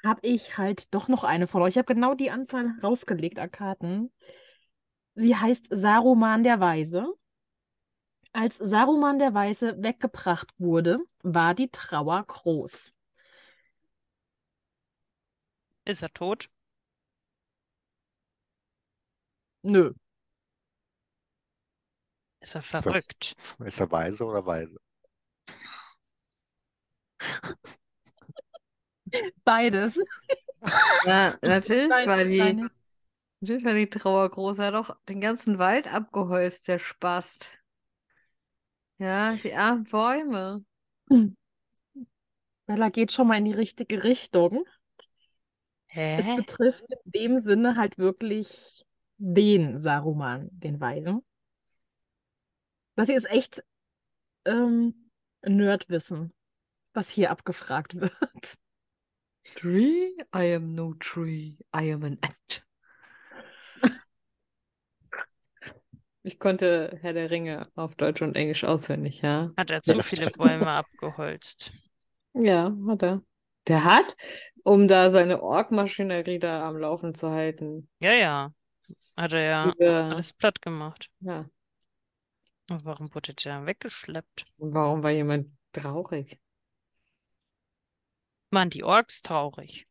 habe ich halt doch noch eine von euch. Ich habe genau die Anzahl rausgelegt an Karten. Sie heißt Saruman der Weise. Als Saruman der Weise weggebracht wurde, war die Trauer groß.
Ist er tot?
Nö.
Ist er
das-
verrückt?
Ist er weise oder weise?
Beides.
Ja, natürlich
Nein,
war die,
nein.
natürlich war die Trauer groß. Er hat doch den ganzen Wald abgeholzt, der Spast. Ja, die armen Bäume.
Bella geht schon mal in die richtige Richtung. Es
Hä?
betrifft in dem Sinne halt wirklich den Saruman, den Weisen. Das hier ist echt ähm, Nerdwissen, was hier abgefragt (laughs) wird.
Tree? I am no tree. I am an ant. Ich konnte Herr der Ringe auf Deutsch und Englisch auswendig, ja.
Hat er zu viele Bäume abgeholzt?
Ja, hat er. Der hat, um da seine Ork-Maschinerie da am Laufen zu halten.
Ja, ja. Hat er ja
Diese-
alles platt gemacht.
ja.
Und warum wurde der dann weggeschleppt?
Und warum war jemand traurig?
Waren die Orks
(laughs)
traurig?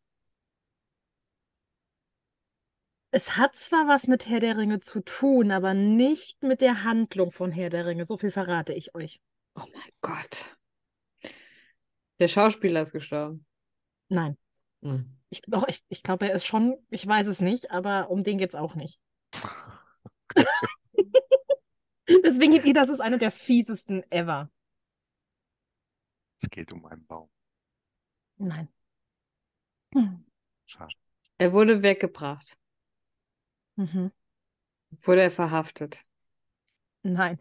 Es hat zwar was mit Herr der Ringe zu tun, aber nicht mit der Handlung von Herr der Ringe. So viel verrate ich euch.
Oh mein Gott. Der Schauspieler ist gestorben.
Nein.
Hm.
Ich, doch, ich, ich glaube, er ist schon, ich weiß es nicht, aber um den geht's auch nicht. (laughs) Deswegen geht ihr, das ist einer der fiesesten ever.
Es geht um einen Baum.
Nein.
Schade.
Er wurde weggebracht.
Mhm.
Wurde er verhaftet.
Nein.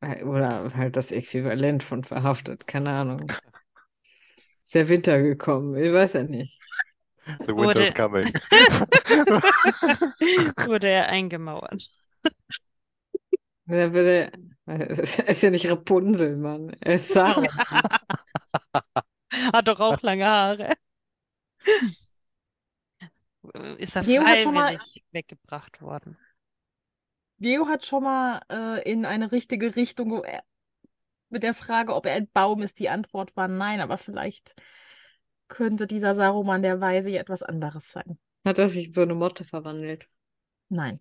Oder halt das Äquivalent von verhaftet, keine Ahnung. Ist der Winter gekommen, ich weiß ja nicht.
The
Wurde-
winter's coming.
Wurde er eingemauert.
Da würde, (laughs) er ist ja nicht Rapunzel, Mann. Er ist (laughs) Sarah.
Hat doch auch lange Haare. Ist er
Geo hat schon mal-
freiwillig weggebracht worden?
Leo hat schon mal äh, in eine richtige Richtung ge- äh, mit der Frage, ob er ein Baum ist. Die Antwort war nein, aber vielleicht könnte dieser Saruman der Weise ja etwas anderes sein.
Hat er sich in so eine Motte verwandelt?
Nein.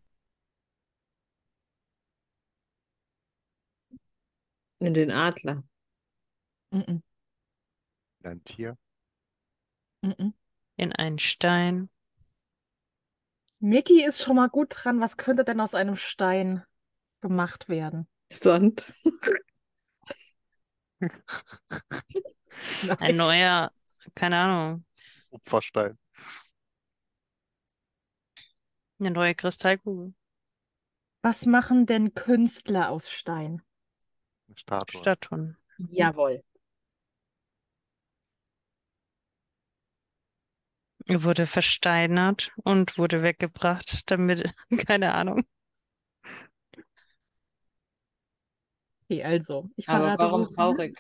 In den Adler.
Mhm.
Ein Tier.
Mhm.
In einen Stein.
Mickey ist schon mal gut dran. Was könnte denn aus einem Stein gemacht werden?
Sand.
Ein neuer, keine Ahnung,
Opferstein.
eine neue Kristallkugel.
Was machen denn Künstler aus Stein?
Eine Statue.
Statuen.
Jawohl.
Er wurde versteinert und wurde weggebracht, damit, (laughs) keine Ahnung.
Okay, also, ich
Aber
verrate
warum
so,
traurig?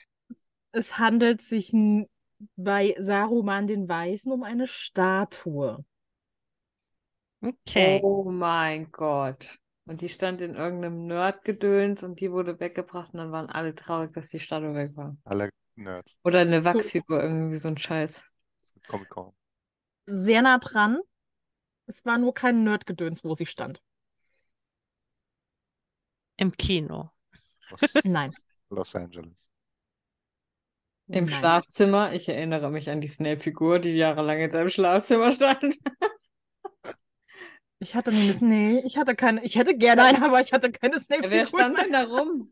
Es handelt sich n- bei Saruman den Weißen um eine Statue.
Okay.
Oh mein Gott. Und die stand in irgendeinem Nerdgedöns und die wurde weggebracht und dann waren alle traurig, dass die Statue weg war.
Alle Nerds.
Oder eine Wachsfigur, irgendwie so ein Scheiß.
Comic-Con.
Sehr nah dran. Es war nur kein Nerdgedöns, wo sie stand.
Im Kino.
Los,
Nein.
Los Angeles.
Im
Nein.
Schlafzimmer. Ich erinnere mich an die Snape-Figur, die jahrelang in seinem Schlafzimmer (laughs) stand.
Ich hatte nämlich, nee, ich hatte keine, ich hätte gerne eine, aber ich hatte keine Snape-Figur.
Wer stand denn da rum?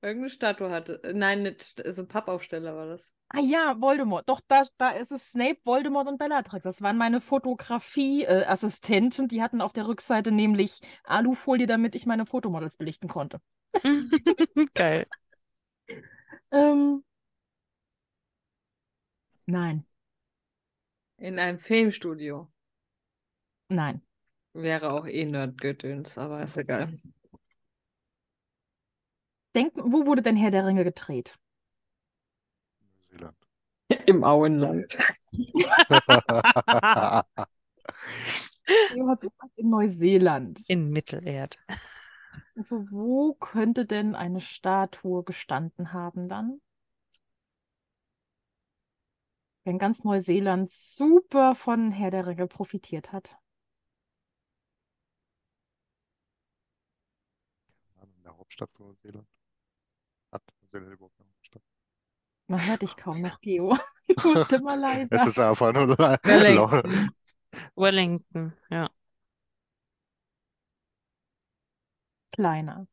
Irgendeine Statue hatte. äh, Nein, nicht, so ein Pappaufsteller war das.
Ah ja, Voldemort. Doch, da, da ist es Snape, Voldemort und Bellatrix. Das waren meine Fotografie-Assistenten. Die hatten auf der Rückseite nämlich Alufolie, damit ich meine Fotomodels belichten konnte.
Geil.
Ähm. Nein,
In einem Filmstudio.
nein.
Wäre auch eh Nerdgedöns, aber ist egal.
Denkt, wo wurde denn Herr der Ringe gedreht?
(laughs) Neuseeland.
(laughs) Im Auenland.
Theo hat gesagt, in Neuseeland.
In Mittelerde.
Also wo könnte denn eine Statue gestanden haben dann? Wenn ganz Neuseeland super von Herr der Ringe profitiert hat.
In der Hauptstadt von Neuseeland. Hat Neuseeland überhaupt eine Hauptstadt?
Man hört dich kaum
(laughs)
noch, Geo. (laughs) Du bist immer
Es
leiser.
ist einfach nur le-
Wellington.
Lo-
Wellington, ja.
Kleiner.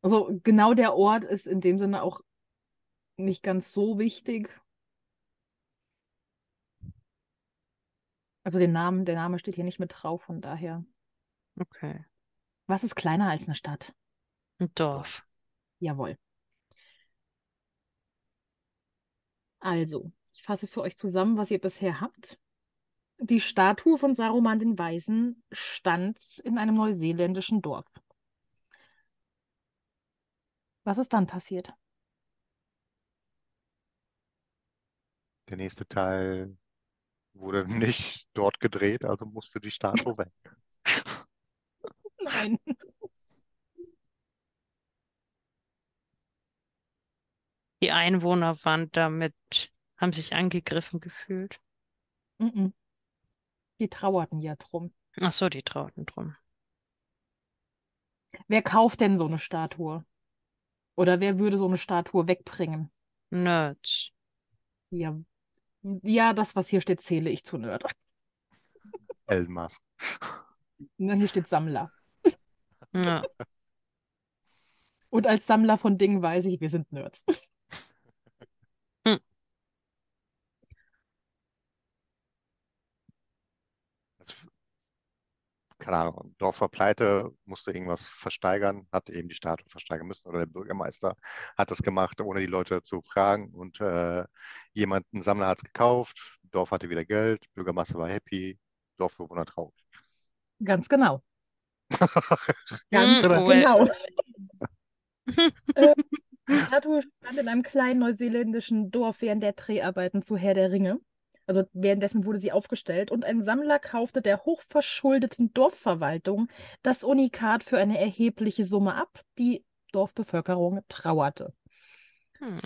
Also genau der Ort ist in dem Sinne auch nicht ganz so wichtig. Also den Namen, der Name steht hier nicht mit drauf, von daher.
Okay.
Was ist kleiner als eine Stadt?
Ein Dorf.
Jawohl. Also, ich fasse für euch zusammen, was ihr bisher habt. Die Statue von Saruman den Weisen stand in einem neuseeländischen Dorf. Was ist dann passiert?
Der nächste Teil wurde nicht dort gedreht, also musste die Statue weg.
Nein.
Die Einwohner waren damit, haben sich angegriffen gefühlt.
Mhm. Die trauerten ja drum.
Ach so, die trauten drum.
Wer kauft denn so eine Statue? Oder wer würde so eine Statue wegbringen?
Nerds.
Ja, Ja, das, was hier steht, zähle ich zu Nerd.
Elon Musk.
Ne, hier steht Sammler.
Ja.
Und als Sammler von Dingen weiß ich, wir sind Nerds.
Keine Ahnung, Dorf war pleite, musste irgendwas versteigern, hat eben die Statue versteigern müssen oder der Bürgermeister hat das gemacht, ohne die Leute zu fragen und äh, jemand, ein Sammler hat es gekauft, Dorf hatte wieder Geld, Bürgermeister war happy, Dorfbewohner traurig.
Ganz genau.
Mm,
Ganz
well.
genau. ähm, die Statue stand in einem kleinen neuseeländischen Dorf während der Dreharbeiten zu Herr der Ringe. Also währenddessen wurde sie aufgestellt und ein Sammler kaufte der hochverschuldeten Dorfverwaltung das Unikat für eine erhebliche Summe ab. Die Dorfbevölkerung trauerte.
Hm.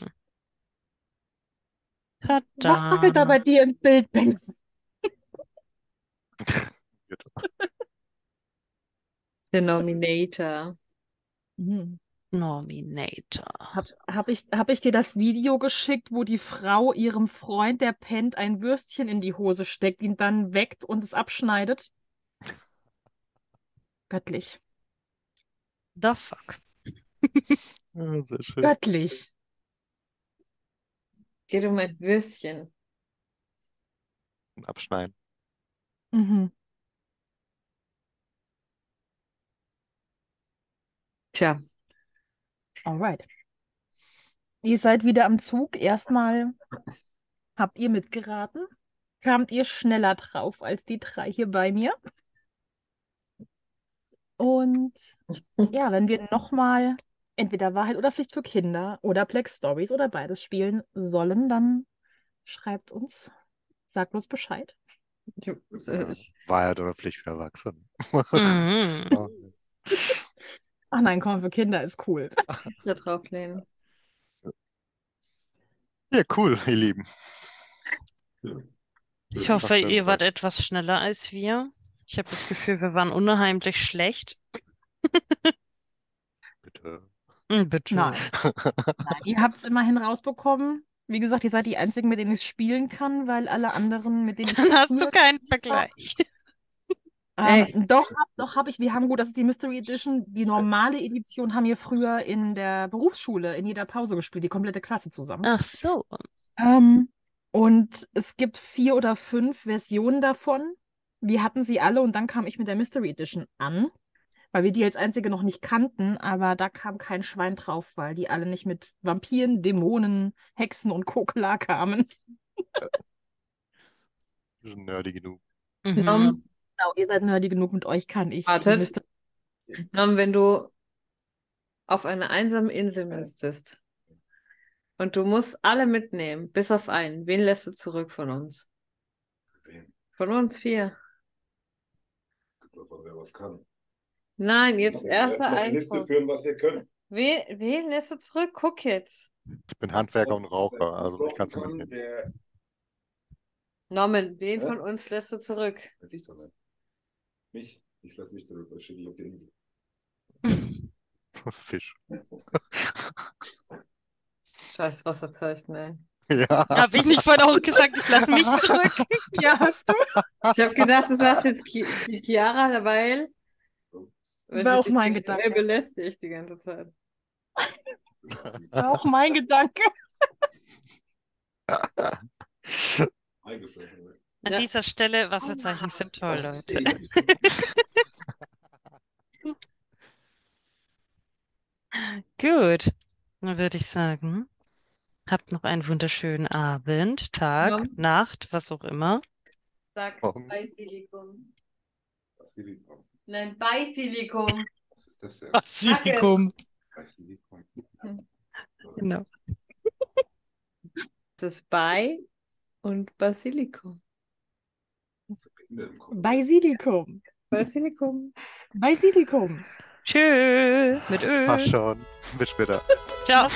Was wackelt da bei dir im Bild, Ben?
Denominator.
Hm.
Nominator.
Hab, hab ich, hab ich dir das Video geschickt, wo die Frau ihrem Freund, der pennt, ein Würstchen in die Hose steckt, ihn dann weckt und es abschneidet? Göttlich.
The fuck.
Ja, sehr schön.
Göttlich.
Geht um ein Würstchen.
Abschneiden.
Mhm.
Tja,
Alright. Ihr seid wieder am Zug. Erstmal habt ihr mitgeraten. Kamt ihr schneller drauf als die drei hier bei mir. Und ja, wenn wir nochmal entweder Wahrheit oder Pflicht für Kinder oder Black Stories oder beides spielen sollen, dann schreibt uns, sagt uns Bescheid.
ich, äh,
Ja.
ich,
Wahrheit oder Pflicht für Erwachsene.
Mhm.
Ach nein, komm, für Kinder ist cool.
da drauflehnen.
Ja, cool, (laughs) ihr Lieben.
Ich hoffe, ihr wart etwas schneller als wir. Ich habe das Gefühl, wir waren unheimlich schlecht.
Bitte.
Hm, Bitte.
Nein. (laughs) Nein, ihr habt es immerhin rausbekommen. Wie gesagt, ihr seid die Einzigen, mit denen ich spielen kann, weil alle anderen,
(laughs)
mit denen ich
(laughs) Dann hast du
früher-
keinen Vergleich.
Ey.
Ähm, doch, hab, doch habe ich. Wir haben gut, das ist die Mystery Edition. Die normale Edition haben wir früher in der Berufsschule in jeder Pause gespielt, die komplette Klasse zusammen.
Ach so.
Ähm, und es gibt vier oder fünf Versionen davon. Wir hatten sie alle und dann kam ich mit der Mystery Edition an, weil wir die als einzige noch nicht kannten, aber da kam kein Schwein drauf, weil die alle nicht mit Vampiren, Dämonen, Hexen und Co. klar kamen.
Wir sind nerdy genug.
Mhm.
Nom,
Genau, ihr seid nerdy genug, mit euch kann ich. die
Wartet.
Mystery-
Nom, wenn du auf eine einsame Insel müsstest und du musst alle mitnehmen, bis auf einen, wen lässt du zurück von uns?
Wen?
Von uns vier.
Guckt davon, wer was kann.
Nein, jetzt
Wir müssen
erster
erst mal die Liste
Eindruck.
führen, was wir können.
Wen, wen lässt du zurück? Guck jetzt.
Ich bin Handwerker und Raucher, also ich
Kochen
kann es
kann,
mitnehmen.
der-
Norman, wen
Hä?
von uns lässt du zurück?
Weiß ich doch nicht. Mich? Ich lasse mich zurück, das schicke ich auf die Insel.
(laughs) Fisch.
Scheiß Wasserzeug,
(laughs)
nein.
Ja.
Habe ich nicht vorhin auch gesagt, ich lasse (laughs) mich zurück?
Ja, hast du.
Ich habe gedacht, du sagst jetzt Ki Ki- Chiara, weil. weil
War
sie
auch
dich
mein
sexuell
Gedanke.
belästigt die ganze Zeit.
War auch mein Gedanke.
Eingeflogen.
An
Ja.
dieser Stelle, Wasserzeichen sind toll, Leute. (laughs) Gut. Dann würde ich sagen, habt noch einen wunderschönen Abend, Tag,
Ja.
Nacht, was auch immer.
Sag
Warum?
Basilikum.
Was Silikon.
Nein, Basilikum.
Was ist das für ein
Basilikum.
Basilikum?
Genau.
Das ist Bei und Basilikum.
Verbinde im Kopf.
Basilikum.
Basilikum.
Basilikum.
Tschö. Mit Ö.
(laughs) Passt schon. Bis später.
Ciao.